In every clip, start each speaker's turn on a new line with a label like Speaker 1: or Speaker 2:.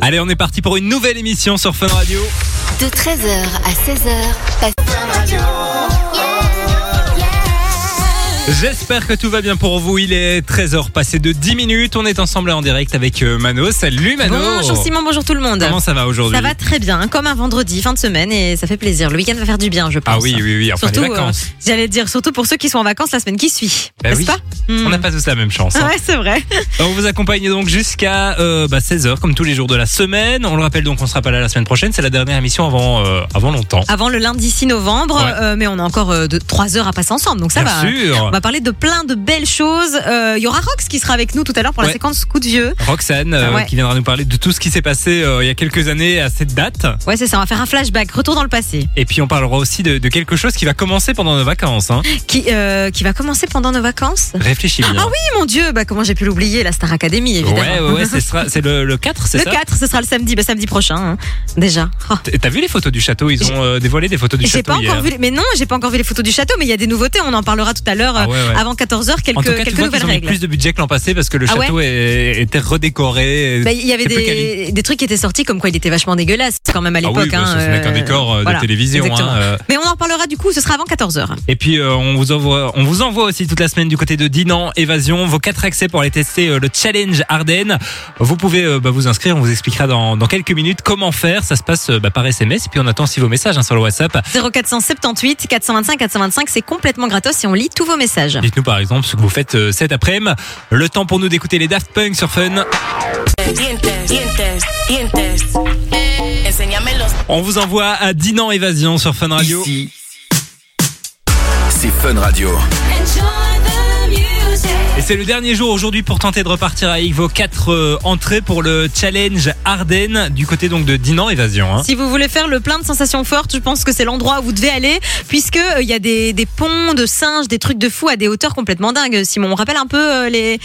Speaker 1: Allez, on est parti pour une nouvelle émission sur Fun Radio.
Speaker 2: De 13h à 16h,
Speaker 1: J'espère que tout va bien pour vous. Il est 13h passé de 10 minutes. On est ensemble en direct avec euh, Mano. Salut Mano.
Speaker 3: Bonjour Simon, bonjour tout le monde.
Speaker 1: Comment ça va aujourd'hui
Speaker 3: Ça va très bien, hein, comme un vendredi, fin de semaine, et ça fait plaisir. Le week-end va faire du bien, je pense.
Speaker 1: Ah oui, oui, oui. Enfin, les vacances.
Speaker 3: euh, j'allais dire surtout pour ceux qui sont en vacances la semaine qui suit,
Speaker 1: Bah
Speaker 3: n'est-ce
Speaker 1: oui.
Speaker 3: pas
Speaker 1: On n'a
Speaker 3: Hmm.
Speaker 1: pas tous la même chance. hein.
Speaker 3: Ah ouais, c'est vrai.
Speaker 1: On vous accompagne donc jusqu'à euh, 16h, comme tous les jours de la semaine. On le rappelle donc, on sera pas là la semaine prochaine. C'est la dernière émission avant, euh, avant longtemps.
Speaker 3: Avant le lundi 6 novembre,
Speaker 1: Ouais.
Speaker 3: euh, mais on a encore euh, de, 3 heures à passer ensemble, donc ça
Speaker 1: bien
Speaker 3: va. Bah,
Speaker 1: sûr.
Speaker 3: On va parler de plein de belles choses. Euh, Il y aura Rox qui sera avec nous tout à l'heure pour
Speaker 1: Ouais.
Speaker 3: la séquence coup de vieux.
Speaker 1: Roxane, euh,
Speaker 3: Ouais.
Speaker 1: qui viendra nous parler de tout ce qui s'est passé euh, il y a quelques années à cette date.
Speaker 3: Ouais, c'est ça, on va faire un flashback, retour dans le passé,
Speaker 1: Et puis on parlera aussi de, de quelque chose qui va commencer pendant nos vacances. hein.
Speaker 3: qui, euh, qui va commencer pendant nos vacances.
Speaker 1: Réfléchis bien.
Speaker 3: Ah oui, mon Dieu, bah, comment j'ai pu l'oublier, la Star Academy, évidemment.
Speaker 1: Ouais, ouais, ouais, ce sera- c'est le, le 4, c'est
Speaker 3: Le
Speaker 1: ça
Speaker 3: 4, ce sera le samedi, bah, samedi prochain, hein, déjà. Oh.
Speaker 1: T- T'as vu les photos du château Ils
Speaker 3: J'ai-
Speaker 1: ont euh, dévoilé des photos du
Speaker 3: J'ai
Speaker 1: château
Speaker 3: pas
Speaker 1: hier.
Speaker 3: encore vu, les- mais non, j'ai pas encore vu les photos du château, mais il y a des nouveautés, on en parlera tout à l'heure,
Speaker 1: Ah ouais, ouais.
Speaker 3: euh, avant 14h, quelques,
Speaker 1: en tout cas, tu
Speaker 3: quelques
Speaker 1: vois
Speaker 3: nouvelles
Speaker 1: qu'ils ont mis
Speaker 3: règles.
Speaker 1: plus de budget que l'an passé parce que le
Speaker 3: Ah ouais
Speaker 1: château est- était redécoré.
Speaker 3: Bah, il y avait
Speaker 1: C'est plus
Speaker 3: des, des trucs qui étaient sortis comme quoi il était vachement dégueulasse quand même à
Speaker 1: ah
Speaker 3: l'époque.
Speaker 1: oui, bah,
Speaker 3: hein,
Speaker 1: ça, ce n'est qu'un
Speaker 3: euh,
Speaker 1: décor euh,
Speaker 3: voilà,
Speaker 1: de télévision.
Speaker 3: exactement.
Speaker 1: hein, euh.
Speaker 3: Mais on en reparlera du coup, ce sera avant 14h.
Speaker 1: Et puis euh, on vous envoie, on vous envoie aussi toute la semaine du côté de Dinan, Évasion, vos quatre accès pour aller tester euh, le challenge Ardennes. Vous pouvez euh, bah, vous inscrire, on vous expliquera dans, dans quelques minutes comment faire. Ça se passe euh, bah, par SMS et puis on attend aussi vos messages hein, sur le WhatsApp.
Speaker 3: 0478 425 425, c'est complètement gratos et on lit tous vos messages.
Speaker 1: Dites-nous par exemple ce que vous faites euh, cet après-midi. Le temps pour nous d'écouter les Daft Punk sur Fun.
Speaker 4: Dientes, dientes, dientes. Enséñame los
Speaker 1: On vous envoie à Dinan Évasion sur Fun Radio.
Speaker 5: Ici, c'est Fun Radio.
Speaker 1: Et c'est le dernier jour aujourd'hui pour tenter de repartir avec vos quatre euh, entrées pour le challenge Ardennes du côté donc de Dinan Évasion. hein.
Speaker 3: Si vous voulez faire le plein de sensations fortes, je pense que c'est l'endroit où vous devez aller, puisque euh, il y a des, des ponts de singes, des trucs de fous à des hauteurs complètement dingues. Simon, on rappelle un peu euh, les,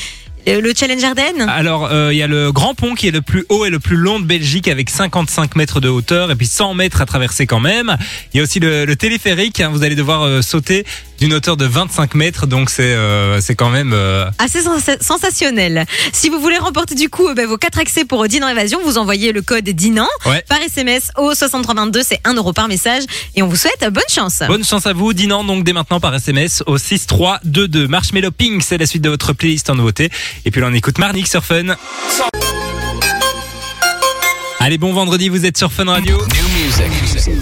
Speaker 3: le le challenge Ardennes
Speaker 1: Alors euh, il y a le grand pont qui est le plus haut et le plus long de Belgique avec 55 mètres de hauteur et puis 100 mètres à traverser quand même. Il y a aussi le, le téléphérique, hein, vous allez devoir euh, sauter d'une hauteur de 25 mètres donc c'est euh, c'est quand même... euh,
Speaker 3: assez sens- sensationnel. Si vous voulez remporter du coup euh, ben, vos quatre accès pour Dinan Évasion, vous envoyez le code Dinan
Speaker 1: Ouais.
Speaker 3: par SMS au 6322, c'est 1 euro par message et on vous souhaite euh, bonne chance.
Speaker 1: Bonne chance à vous, Dinan donc dès maintenant par SMS au 6322. Marshmallow Pink, c'est la suite de votre playlist en nouveauté. Et puis là on écoute Marnik sur Fun. Allez, bon vendredi, vous êtes sur Fun Radio.
Speaker 5: New music.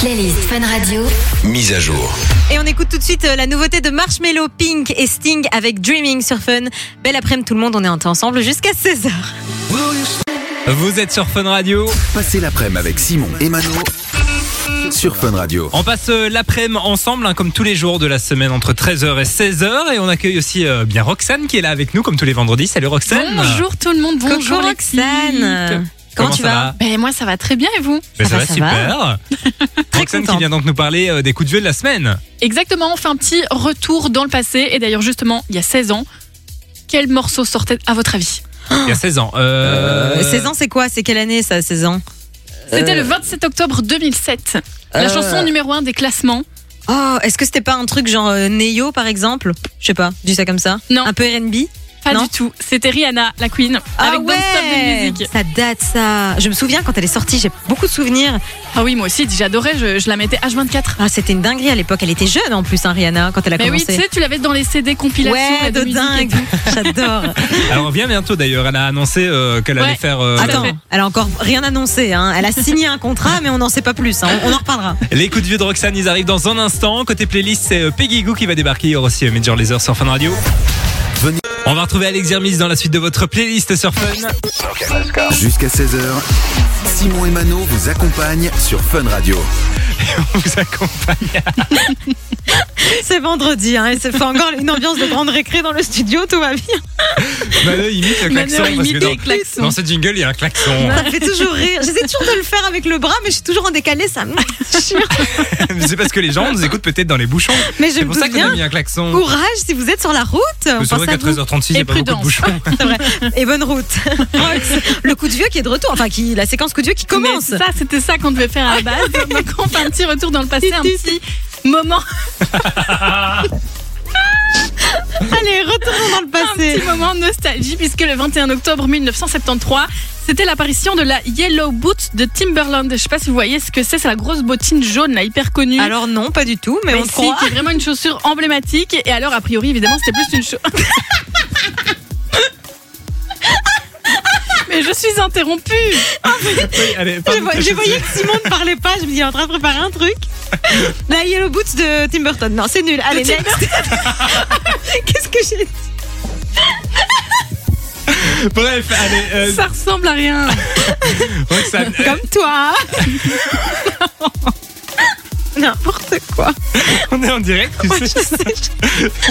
Speaker 2: playlist Fun Radio.
Speaker 5: Mise à jour.
Speaker 3: Et on écoute tout de suite euh, la nouveauté de Marshmello, Pink et Sting avec Dreaming sur Fun. Belle après-midi tout le monde, on est ensemble jusqu'à 16h.
Speaker 1: Vous êtes sur Fun Radio.
Speaker 5: Passez l'après-midi avec Simon et Mano sur Fun Radio.
Speaker 1: On passe euh, l'après-midi ensemble, hein, comme tous les jours de la semaine, entre 13h et 16h. Et on accueille aussi euh, bien Roxane qui est là avec nous, comme tous les vendredis. Salut Roxane.
Speaker 6: Bonjour tout le monde, bonjour
Speaker 3: Coucou
Speaker 6: Alexis.
Speaker 3: Roxane. Comment, tu
Speaker 1: ça
Speaker 3: vas
Speaker 1: va
Speaker 6: Ben moi ça va très bien et vous
Speaker 1: Ben,
Speaker 3: Ça
Speaker 1: ça,
Speaker 3: va,
Speaker 1: va,
Speaker 3: ça
Speaker 1: super. Roxane qui
Speaker 3: contente.
Speaker 1: vient donc nous parler euh, des coups de vieux de la semaine.
Speaker 6: Exactement, on fait un petit retour dans le passé et d'ailleurs justement il y a 16 ans, quel morceau sortait à votre avis
Speaker 1: Il y a 16 ans. Euh,
Speaker 3: Euh, 16 ans, c'est quoi C'est quelle année ça, 16 ans
Speaker 6: C'était le 27 octobre 2007, la chanson numéro 1 des classements.
Speaker 3: Oh, est-ce que c'était pas un truc genre euh, Neo par exemple Je sais pas, dis ça comme ça.
Speaker 6: Non.
Speaker 3: Un peu RB
Speaker 6: Pas
Speaker 3: Non. Ah
Speaker 6: du tout, c'était Rihanna, la Queen, avec Don't Stop the Music.
Speaker 3: Ça date ça. Je me souviens quand elle est sortie, j'ai beaucoup de souvenirs.
Speaker 6: Ah oui moi aussi j'adorais, je, je la mettais H24.
Speaker 3: Ah, c'était une dinguerie à l'époque. Elle était jeune en plus, hein, Rihanna, quand elle a
Speaker 6: Mais Ben oui, tu
Speaker 3: commencé.
Speaker 6: sais, tu l'avais dans les CD compilations
Speaker 3: ouais,
Speaker 6: là,
Speaker 3: de
Speaker 6: musique et
Speaker 3: dingue.
Speaker 6: tout.
Speaker 3: J'adore.
Speaker 1: Alors, vient bientôt d'ailleurs. Elle a annoncé euh, qu'elle
Speaker 6: Ouais.
Speaker 1: allait faire euh,
Speaker 3: Attends,
Speaker 6: fait.
Speaker 3: elle a encore rien annoncé. Hein. Elle a signé un contrat, mais on n'en sait pas plus. hein. On, on en reparlera.
Speaker 1: Les coups de vieux de Roxane, ils arrivent dans un instant. Côté playlist, c'est euh, Peggy Goo qui va débarquer. Il y aura aussi euh, Major Laser sur Fun Radio.
Speaker 5: Venez.
Speaker 1: On va retrouver Alex Hermis dans la suite de votre playlist sur Fun.
Speaker 5: Jusqu'à 16h, Simon et Mano vous accompagnent sur Fun Radio.
Speaker 1: On vous accompagne.
Speaker 3: C'est vendredi. Hein, et c'est fait encore une ambiance de grande récré dans le studio. Tout va bien.
Speaker 1: Mano imite le
Speaker 6: Mano
Speaker 1: klaxon. parce que
Speaker 6: imitait
Speaker 1: dans,
Speaker 6: le klaxon.
Speaker 1: dans ce jingle, il y a un klaxon.
Speaker 3: Ça me fait toujours rire. J'essaie toujours de le faire avec le bras, mais je suis toujours en décalé. Ça me chire.
Speaker 1: C'est parce que les gens nous écoutent peut-être dans les bouchons.
Speaker 3: Mais je
Speaker 1: C'est
Speaker 3: me
Speaker 1: pour ça
Speaker 3: doute
Speaker 1: qu'on a
Speaker 3: bien.
Speaker 1: mis un klaxon.
Speaker 3: Courage si vous êtes sur la route. On
Speaker 1: C'est
Speaker 3: pense
Speaker 1: vrai qu'à
Speaker 3: à vous.
Speaker 1: 13h36, il n'y a
Speaker 6: Et
Speaker 1: pas beaucoup de
Speaker 6: prudence.
Speaker 1: bouchons.
Speaker 3: C'est vrai. Et bonne route. le coup de vieux qui est de retour. Enfin, qui, la séquence coup de vieux qui
Speaker 6: Mais
Speaker 3: commence.
Speaker 6: ça, c'était ça qu'on devait faire à la base. Donc on fait un petit retour dans le passé, un petit moment.
Speaker 3: Allez, retournons dans le
Speaker 6: Un petit
Speaker 3: passé.
Speaker 6: moment de nostalgie puisque le 21 octobre 1973, c'était l'apparition de la Yellow Boot de Timberland. Je sais pas si vous voyez ce que c'est, c'est la grosse bottine jaune, là, hyper connue.
Speaker 3: Alors non, pas du tout, mais,
Speaker 6: Mais
Speaker 3: on te
Speaker 6: si,
Speaker 3: croit.
Speaker 6: qui est vraiment une chaussure emblématique. Et alors, a priori, évidemment, c'était plus une chaussure. Mais je suis interrompue.
Speaker 1: Allez,
Speaker 3: Je, vois- je voyais que Simon ne parlait pas, je me dis il est en train de préparer un truc. La Yellow Boots de Tim Burton. Non, c'est nul. Allez, next. Qu'est-ce que j'ai dit
Speaker 1: Bref, allez, euh,
Speaker 6: Ça ressemble à rien.
Speaker 1: Roxane, euh,
Speaker 3: Comme toi. N'importe quoi.
Speaker 1: on est en direct, tu
Speaker 3: Je
Speaker 1: sais.
Speaker 3: sais, je-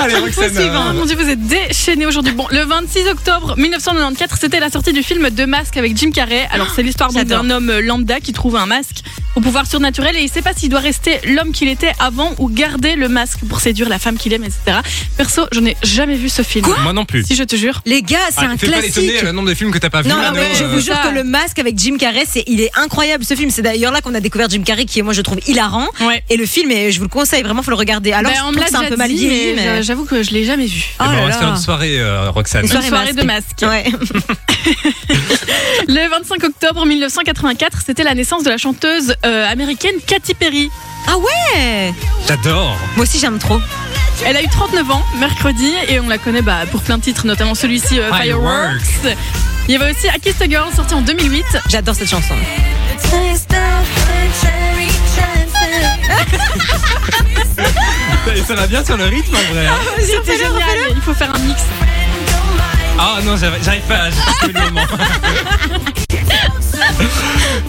Speaker 1: Allez,
Speaker 6: Info
Speaker 1: Roxane.
Speaker 6: suivante.
Speaker 1: euh,
Speaker 6: Oh, Mon dieu, vous êtes déchaînés aujourd'hui. Bon, le 26 octobre 1994, c'était la sortie du film Deux masques avec Jim Carrey. Alors, c'est l'histoire donc
Speaker 3: J'adore.
Speaker 6: d'un homme lambda qui trouve un masque au pouvoir surnaturel et il sait pas s'il doit rester l'homme qu'il était avant ou garder le masque pour séduire la femme qu'il aime, etc. Perso, je n'ai jamais vu ce film.
Speaker 1: Moi non plus.
Speaker 6: si je te jure.
Speaker 3: Les gars, c'est
Speaker 1: Ah,
Speaker 3: un
Speaker 1: fais pas l'étonner
Speaker 3: classique.
Speaker 1: le nombre de films que t'as pas vu.
Speaker 3: Non,
Speaker 1: là,
Speaker 3: non, mais
Speaker 1: non,
Speaker 3: je
Speaker 1: euh,
Speaker 3: vous jure
Speaker 6: ça.
Speaker 3: que le masque avec Jim Carrey, c'est, il est incroyable ce film. C'est d'ailleurs là qu'on a découvert Jim Carrey, qui est, moi, je le trouve hilarant.
Speaker 6: Ouais.
Speaker 3: Et le film, est- je vous le conseille vraiment, faut le regarder. Alors,
Speaker 6: Ben,
Speaker 3: je
Speaker 6: on
Speaker 3: trouve
Speaker 6: me
Speaker 3: que
Speaker 6: l'a
Speaker 3: c'est un
Speaker 6: déjà
Speaker 3: peu mal
Speaker 6: dit,
Speaker 3: dit, mais.
Speaker 6: mais je- j'avoue que je l'ai jamais vu.
Speaker 3: Oh
Speaker 1: eh ben, on
Speaker 3: là
Speaker 1: va se faire
Speaker 3: là.
Speaker 1: une soirée, euh, Roxane.
Speaker 3: Une soirée
Speaker 6: soirée de
Speaker 3: masque.
Speaker 6: masque.
Speaker 3: Ouais.
Speaker 6: Le 25 octobre 1984, c'était la naissance de la chanteuse euh, américaine Katy Perry.
Speaker 3: Ah ouais
Speaker 1: J'adore.
Speaker 3: Moi aussi, j'aime trop.
Speaker 6: Elle a eu 39 ans mercredi et on la connaît bah, pour plein de titres, notamment celui-ci euh,
Speaker 1: Fireworks.
Speaker 6: Fireworks. Il y avait aussi I Kissed a Girl sorti en 2008.
Speaker 3: J'adore cette chanson.
Speaker 1: Et ça va bien sur le rythme en vrai. hein.
Speaker 6: C'était
Speaker 3: refais-le,
Speaker 6: génial. Il faut faire un mix.
Speaker 1: Ah non, j'arrive j'arrive pas, j'ai le moment.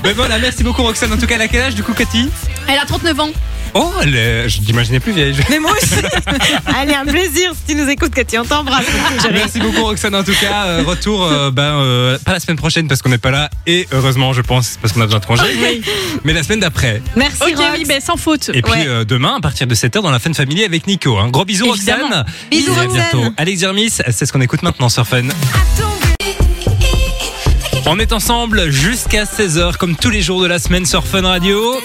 Speaker 1: Mais voilà, merci beaucoup Roxane. En tout cas, elle a quel âge du coup, Cathy
Speaker 6: Elle a 39 ans.
Speaker 1: Oh, elle est- je l'imaginais plus vieille.
Speaker 3: Mais moi aussi. Allez, un plaisir si tu nous écoutes, Cathy. On t'embrasse.
Speaker 1: Merci beaucoup Roxane en tout cas. Euh, retour, euh, ben, euh, pas la semaine prochaine parce qu'on n'est pas là et heureusement je pense parce qu'on a besoin de congé. Mais la semaine d'après.
Speaker 3: Merci,
Speaker 6: Ok,
Speaker 3: Rox.
Speaker 6: oui, mais sans faute.
Speaker 1: Et puis
Speaker 3: Ouais.
Speaker 1: euh, demain à partir de 7h dans la fin de famille avec Nico. Un Gros bisous
Speaker 6: Évidemment.
Speaker 1: Roxane.
Speaker 3: Bisous,
Speaker 1: Et à
Speaker 3: Roxane.
Speaker 1: bientôt. Alex Jermis, c'est ce qu'on écoute maintenant sur Fun. On est ensemble jusqu'à 16h comme tous les jours de la semaine sur Fun Radio.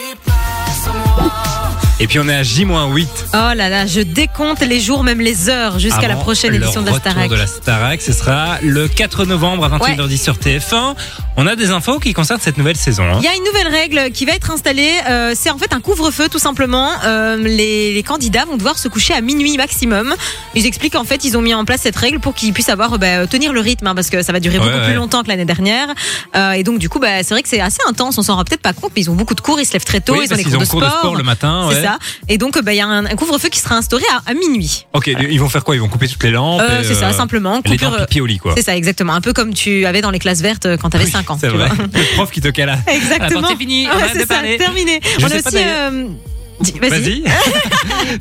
Speaker 1: Et puis on est à J-8
Speaker 3: Oh là là, je décompte les jours, même les heures, jusqu'à la
Speaker 1: avant
Speaker 3: prochaine
Speaker 1: Ah le
Speaker 3: édition de la
Speaker 1: retour
Speaker 3: Starac.
Speaker 1: de la Starac. Ce sera le 4 novembre à 21h10 sur TF1. On a des infos qui concernent cette nouvelle saison. hein.
Speaker 3: Il y a une nouvelle règle qui va être installée. euh, c'est en fait un couvre-feu, tout simplement. Euh, les, les candidats vont devoir se coucher à minuit maximum. Ils expliquent qu'en fait, ils ont mis en place cette règle pour qu'ils puissent avoir euh, bah, tenir le rythme, hein, parce que ça va durer
Speaker 1: Ouais,
Speaker 3: beaucoup
Speaker 1: ouais.
Speaker 3: plus longtemps que l'année dernière. Euh, et donc, du coup, bah, c'est vrai que c'est assez intense. On s'en rend peut-être pas compte, mais ils ont beaucoup de cours. Ils se lèvent très tôt.
Speaker 1: Oui,
Speaker 3: ils ont
Speaker 1: parce
Speaker 3: des
Speaker 1: qu'ils
Speaker 3: cours, de, sport,
Speaker 1: le matin.
Speaker 3: C'est
Speaker 1: ouais.
Speaker 3: ça. Et donc, euh, bah, il y a un, un couvre-feu qui sera instauré à, à minuit.
Speaker 1: Ok, ils vont faire quoi Ils vont couper toutes les lampes.
Speaker 3: Euh,
Speaker 1: et,
Speaker 3: c'est ça,
Speaker 1: euh,
Speaker 3: simplement.
Speaker 1: Les
Speaker 3: coupure,
Speaker 1: dents
Speaker 3: euh,
Speaker 1: pipi au lit, quoi.
Speaker 3: C'est ça, exactement. Un peu comme tu avais dans les classes vertes euh, quand tu avais
Speaker 1: Oui,
Speaker 3: 5 ans.
Speaker 1: C'est
Speaker 3: tu
Speaker 1: vrai.
Speaker 3: vois.
Speaker 1: Le prof qui te cala.
Speaker 3: Exactement.
Speaker 1: Attends, c'est fini, on
Speaker 3: Ouais,
Speaker 1: arrête de
Speaker 3: c'est ça,
Speaker 1: parler.
Speaker 3: terminé.
Speaker 1: Je
Speaker 3: on
Speaker 1: sais
Speaker 3: a
Speaker 1: pas
Speaker 3: aussi.
Speaker 1: d'ailleurs.
Speaker 3: euh, dis- Vas-y.
Speaker 1: Vas-y.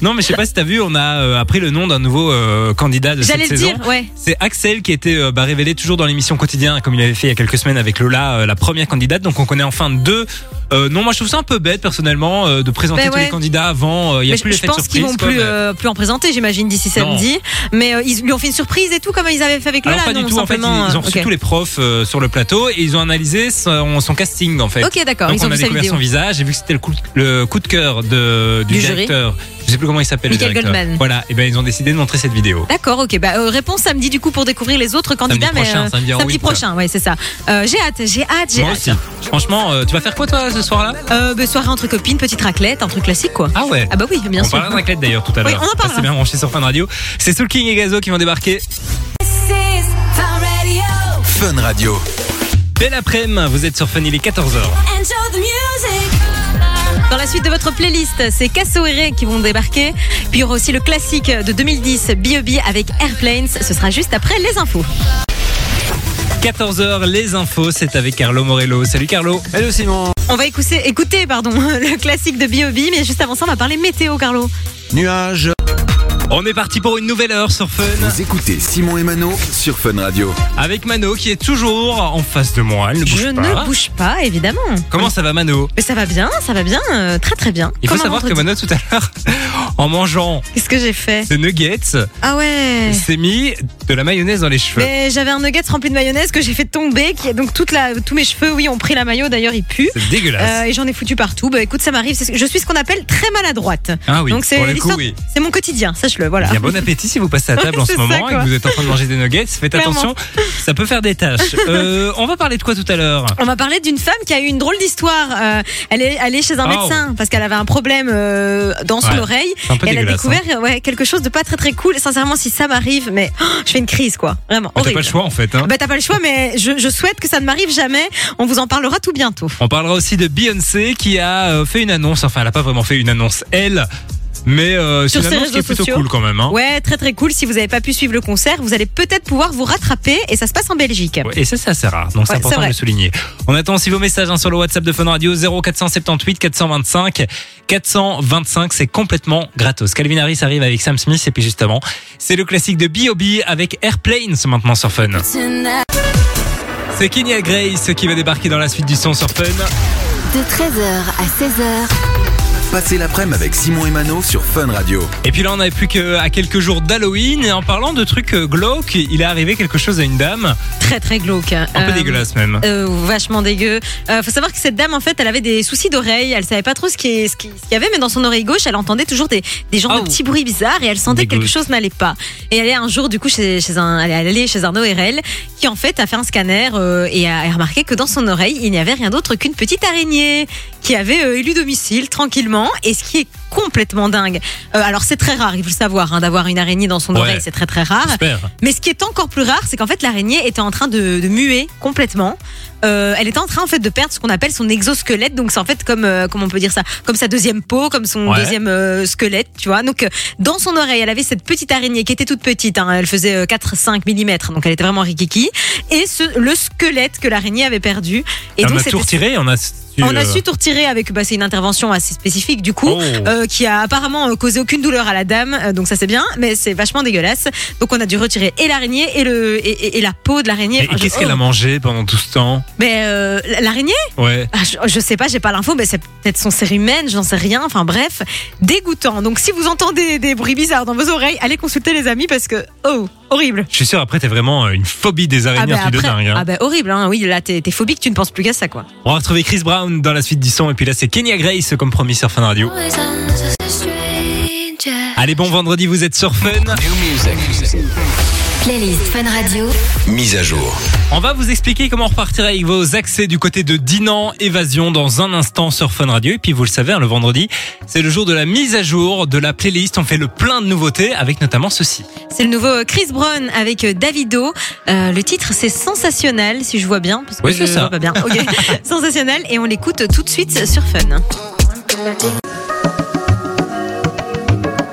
Speaker 1: non, mais je sais pas si t'as vu, on a euh, appris le nom d'un nouveau euh, candidat de
Speaker 3: J'allais
Speaker 1: cette
Speaker 3: le
Speaker 1: saison.
Speaker 3: dire, ouais.
Speaker 1: C'est Axel qui était euh, bah, révélé toujours dans l'émission quotidien, comme il avait fait il y a quelques semaines avec Lola, euh, la première candidate. Donc on connaît enfin deux. Euh, non, moi je trouve ça un peu bête personnellement euh, de présenter
Speaker 3: Ben
Speaker 1: tous
Speaker 3: ouais.
Speaker 1: les candidats avant. euh, Il y a
Speaker 3: Mais
Speaker 1: plus
Speaker 3: je,
Speaker 1: les
Speaker 3: je
Speaker 1: fêtes
Speaker 3: pense qu'ils
Speaker 1: surprises,
Speaker 3: vont
Speaker 1: quoi,
Speaker 3: plus,
Speaker 1: mais-
Speaker 3: euh, plus en présenter, j'imagine, d'ici
Speaker 1: Non.
Speaker 3: samedi. Mais euh, ils lui ont fait une surprise et tout, comme ils avaient fait avec Lola.
Speaker 1: Alors pas
Speaker 3: non,
Speaker 1: du tout. En fait, ils,
Speaker 3: simplement,
Speaker 1: ils ont
Speaker 3: euh,
Speaker 1: reçu
Speaker 3: ok.
Speaker 1: tous les profs euh, sur le plateau et ils ont analysé son, son casting en fait.
Speaker 3: Ok, d'accord,
Speaker 1: Donc
Speaker 3: ils ont
Speaker 1: on a
Speaker 3: vu sa
Speaker 1: découvert
Speaker 3: vidéo.
Speaker 1: son visage, j'ai vu que c'était le coup, le coup de cœur de, du,
Speaker 3: Du jury.
Speaker 1: directeur. Je sais plus comment il s'appelle.
Speaker 3: Michael
Speaker 1: le directeur.
Speaker 3: Goldman.
Speaker 1: Voilà, et ben ils ont décidé de montrer cette vidéo.
Speaker 3: D'accord, ok. Bah, euh, réponse samedi du coup pour découvrir les autres candidats, mais euh,
Speaker 1: prochain, samedi en huit.
Speaker 3: prochain, ouais, c'est ça. Euh, j'ai hâte, j'ai hâte, j'ai
Speaker 1: Moi
Speaker 3: hâte.
Speaker 1: aussi. Franchement, euh, tu vas faire quoi toi ce soir-là
Speaker 3: Euh, bah, soirée entre copines, petite raclette, un truc classique quoi.
Speaker 1: Ah ouais.
Speaker 3: Ah bah oui, bien
Speaker 1: on
Speaker 3: sûr.
Speaker 1: parlera de raclette d'ailleurs tout à
Speaker 3: Oui,
Speaker 1: l'heure.
Speaker 3: on en parlera.
Speaker 1: C'est bien branché sur Fun Radio. C'est Soul King et Gazo qui vont débarquer
Speaker 5: Fun Radio.
Speaker 1: dès l'après-midi. Vous êtes sur Fun, il est 14h.
Speaker 3: Dans la suite de votre playlist, c'est Casso et Ray qui vont débarquer. Puis il y aura aussi le classique de 2010, B.O.B. avec Airplanes. Ce sera juste après les infos.
Speaker 1: 14h, les infos, c'est avec Carlo Morello. Salut Carlo. Hello Simon.
Speaker 3: On va écouter, écouter pardon, le classique de B.O.B. Mais juste avant ça, on va parler météo, Carlo.
Speaker 7: Nuages
Speaker 1: On est parti pour une nouvelle heure sur Fun
Speaker 5: Vous écoutez Simon et Mano sur Fun Radio.
Speaker 1: avec Mano qui est toujours en face de moi. Elle ne bouge
Speaker 3: Je
Speaker 1: pas.
Speaker 3: ne bouge pas, évidemment.
Speaker 1: Comment ça va Mano
Speaker 3: Mais ça va bien, ça va bien, euh, très très bien.
Speaker 1: Il faut
Speaker 3: Comme un
Speaker 1: savoir que
Speaker 3: vendredi.
Speaker 1: Mano tout à l'heure, en mangeant
Speaker 3: Qu'est-ce que j'ai fait
Speaker 1: ses nuggets,
Speaker 3: Ah ouais
Speaker 1: il s'est mis de la mayonnaise dans les cheveux.
Speaker 3: mais j'avais un nugget rempli de mayonnaise que j'ai fait tomber, qui donc toute la, tous mes cheveux, oui, ont pris la maillot. D'ailleurs, ils puent.
Speaker 1: C'est dégueulasse.
Speaker 3: Euh, et j'en ai foutu partout. Bah écoute, ça m'arrive. c'est ce que- Je suis ce qu'on appelle très maladroite.
Speaker 1: ah oui,
Speaker 3: donc c'est
Speaker 1: pour le coup,
Speaker 3: l'histoire-
Speaker 1: oui.
Speaker 3: C'est mon quotidien, sache-le. Voilà.
Speaker 1: Bien, bon appétit si vous passez à table
Speaker 3: Ouais,
Speaker 1: en ce
Speaker 3: c'est ça,
Speaker 1: moment et que
Speaker 3: quoi.
Speaker 1: vous êtes en train de manger des nuggets. Faites
Speaker 3: Clairement.
Speaker 1: attention, ça peut faire des tâches. Euh, on va parler de quoi tout à l'heure
Speaker 3: On va parler d'une femme qui a eu une drôle d'histoire. Euh, elle est allée chez un
Speaker 1: Oh.
Speaker 3: médecin parce qu'elle avait un problème euh, dans son
Speaker 1: Ouais.
Speaker 3: oreille.
Speaker 1: C'est un peu
Speaker 3: Et elle a
Speaker 1: dégueulasse. hein.
Speaker 3: découvert ouais, quelque chose de pas très très cool. Sincèrement, si ça m'arrive, mais oh, je fais une crise quoi. Vraiment.
Speaker 1: On n'a
Speaker 3: horrible.
Speaker 1: pas le choix en fait. hein.
Speaker 3: Bah t'as pas le choix, mais je, je souhaite que ça ne m'arrive jamais. On vous en parlera tout bientôt.
Speaker 1: On parlera aussi de Beyoncé qui a euh, fait une annonce. Enfin, elle n'a pas vraiment fait une annonce, elle. Mais euh, c'est
Speaker 3: Sur
Speaker 1: une
Speaker 3: ses
Speaker 1: annonce qui est
Speaker 3: réseaux
Speaker 1: plutôt
Speaker 3: sociaux.
Speaker 1: cool quand même. hein.
Speaker 3: Ouais, très très cool. Si vous n'avez pas pu suivre le concert, vous allez peut-être pouvoir vous rattraper et ça se passe en Belgique.
Speaker 1: Ouais, Et ça, c'est assez rare. Donc, c'est
Speaker 3: Ouais, c'est
Speaker 1: important de
Speaker 3: vrai.
Speaker 1: le souligner. On attend aussi vos messages hein, sur le WhatsApp de Fun Radio 0478 425 425. C'est complètement gratos. Calvin Harris arrive avec Sam Smith. Et puis, justement, c'est le classique de B.O.B. avec Airplane ce maintenant sur Fun. C'est Kenya Grace qui va débarquer dans la suite du son sur Fun.
Speaker 2: De 13h à 16h,
Speaker 5: Passez l'après-midi avec Simon et Mano sur Fun Radio.
Speaker 1: Et puis là, on n'avait plus qu'à quelques jours d'Halloween. Et en parlant de trucs euh, glauques, il est arrivé quelque chose à une dame.
Speaker 3: Très très glauque. Un
Speaker 1: Un peu dégueulasse même.
Speaker 3: Euh, vachement dégueu. Euh, faut savoir que cette dame, en fait, elle avait des soucis d'oreille. Elle savait pas trop ce qui- ce qui- ce qu'il y avait, mais dans son oreille gauche, elle entendait toujours des, des genres
Speaker 1: Oh.
Speaker 3: de petits bruits bizarres et elle sentait que
Speaker 1: Dégoûte.
Speaker 3: quelque chose n'allait pas. Et elle est un jour, du coup, chez, chez un, elle est allée chez un ORL qui, en fait, a fait un scanner euh, et a, a remarqué que dans son oreille, il n'y avait rien d'autre qu'une petite araignée qui avait euh, élu domicile tranquillement. Et ce qui est complètement dingue. Euh, alors, c'est très rare, il faut le savoir, hein, d'avoir une araignée dans son
Speaker 1: Ouais.
Speaker 3: oreille, c'est très très rare.
Speaker 1: J'espère.
Speaker 3: Mais ce qui est encore plus rare, c'est qu'en fait l'araignée était en train de, de muer complètement. Euh, elle était en train en fait de perdre ce qu'on appelle son exosquelette. Donc c'est en fait comme euh, comment on peut dire ça, comme sa deuxième peau, comme son
Speaker 1: Ouais.
Speaker 3: deuxième euh, squelette, tu vois. Donc euh, dans son oreille, elle avait cette petite araignée qui était toute petite. hein. elle faisait euh, 4-5 mm, donc elle était vraiment rikiki. Et ce, le squelette que l'araignée avait perdu. Et
Speaker 1: on
Speaker 3: donc
Speaker 1: a tout
Speaker 3: c'était-
Speaker 1: retiré. On a su.
Speaker 3: on a
Speaker 1: euh,
Speaker 3: su tout retirer avec bah, c'est une intervention assez spécifique du coup
Speaker 1: Oh.
Speaker 3: euh, qui a apparemment euh, causé aucune douleur à la dame euh, donc ça c'est bien mais c'est vachement dégueulasse donc on a dû retirer et l'araignée et le et, et- et la peau de l'araignée
Speaker 1: Et, et
Speaker 3: Enfin, je-
Speaker 1: qu'est-ce qu'elle a
Speaker 3: oh.
Speaker 1: mangé pendant tout ce temps
Speaker 3: mais euh, l'araignée
Speaker 1: Ouais.
Speaker 3: Ah, je, je sais pas j'ai pas l'info mais c'est peut-être son cérumen j'en sais rien enfin bref dégoûtant donc si vous entendez des bruits bizarres dans vos oreilles allez consulter les amis parce que oh horrible
Speaker 1: Je suis sûr, après, t'es vraiment euh, une phobie des araignées,
Speaker 3: bah,
Speaker 1: un truc de
Speaker 3: après-
Speaker 1: dingue. hein.
Speaker 3: ah bah, horrible hein. oui là t'es t'es phobique tu ne penses plus qu'à ça quoi
Speaker 1: On va retrouver Chris Brown dans la suite du son, et puis là, c'est Kenya Grace, comme promis sur Fun Radio. Allez, bon vendredi, vous êtes sur Fun.
Speaker 2: playlist Fun Radio.
Speaker 5: Mise à jour.
Speaker 1: On va vous expliquer comment repartir avec vos accès du côté de Dinan, Évasion, dans un instant sur Fun Radio. Et puis, vous le savez, hein, le vendredi, c'est le jour de la mise à jour de la playlist. On fait le plein de nouveautés, avec notamment ceci.
Speaker 3: C'est le nouveau Chris Brown avec Davido. Euh, le titre, c'est Sensationnel, si je vois bien. Parce que
Speaker 1: Oui, c'est
Speaker 3: je
Speaker 1: ça.
Speaker 3: vois Pas bien. Ok. Sensationnel, et on l'écoute tout de suite sur Fun.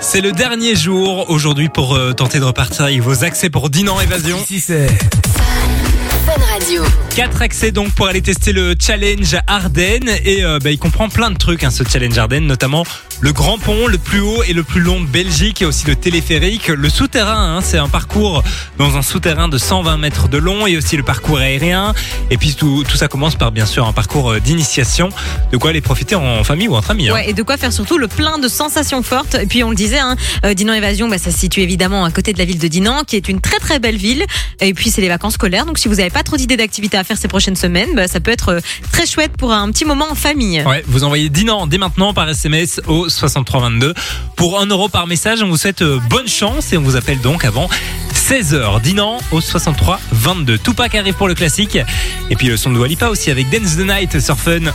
Speaker 1: C'est le dernier jour aujourd'hui pour euh, tenter de repartir avec vos accès pour Dinan, Évasion.
Speaker 7: Ici c'est
Speaker 2: Fun Radio.
Speaker 1: Quatre accès donc pour aller tester le challenge Ardennes et euh, bah, il comprend plein de trucs hein, ce challenge Ardennes, notamment le grand pont le plus haut et le plus long de Belgique et aussi le téléphérique, le souterrain, hein, c'est un parcours dans un souterrain de 120 mètres de long et aussi le parcours aérien et puis tout, tout ça commence par bien sûr un parcours euh, d'initiation de quoi aller profiter en famille ou entre amis. hein.
Speaker 3: Ouais, et de quoi faire surtout le plein de sensations fortes. Et puis on le disait, hein, euh, Dinan Évasion, bah, ça se situe évidemment à côté de la ville de Dinan, qui est une très très belle ville. Et puis c'est les vacances scolaires, donc si vous n'avez pas trop d'idées d'activités à faire ces prochaines semaines, bah, ça peut être euh, très chouette pour un petit moment en famille.
Speaker 1: Ouais, vous envoyez Dinan dès maintenant par SMS au 6322. Pour 1 euro par message, on vous souhaite euh, bonne chance et on vous appelle donc avant 16h. Dinan au euh, 6322. Tupac arrive pour le classique. Et puis le son de Walipa aussi avec Dance the Night sur Fun.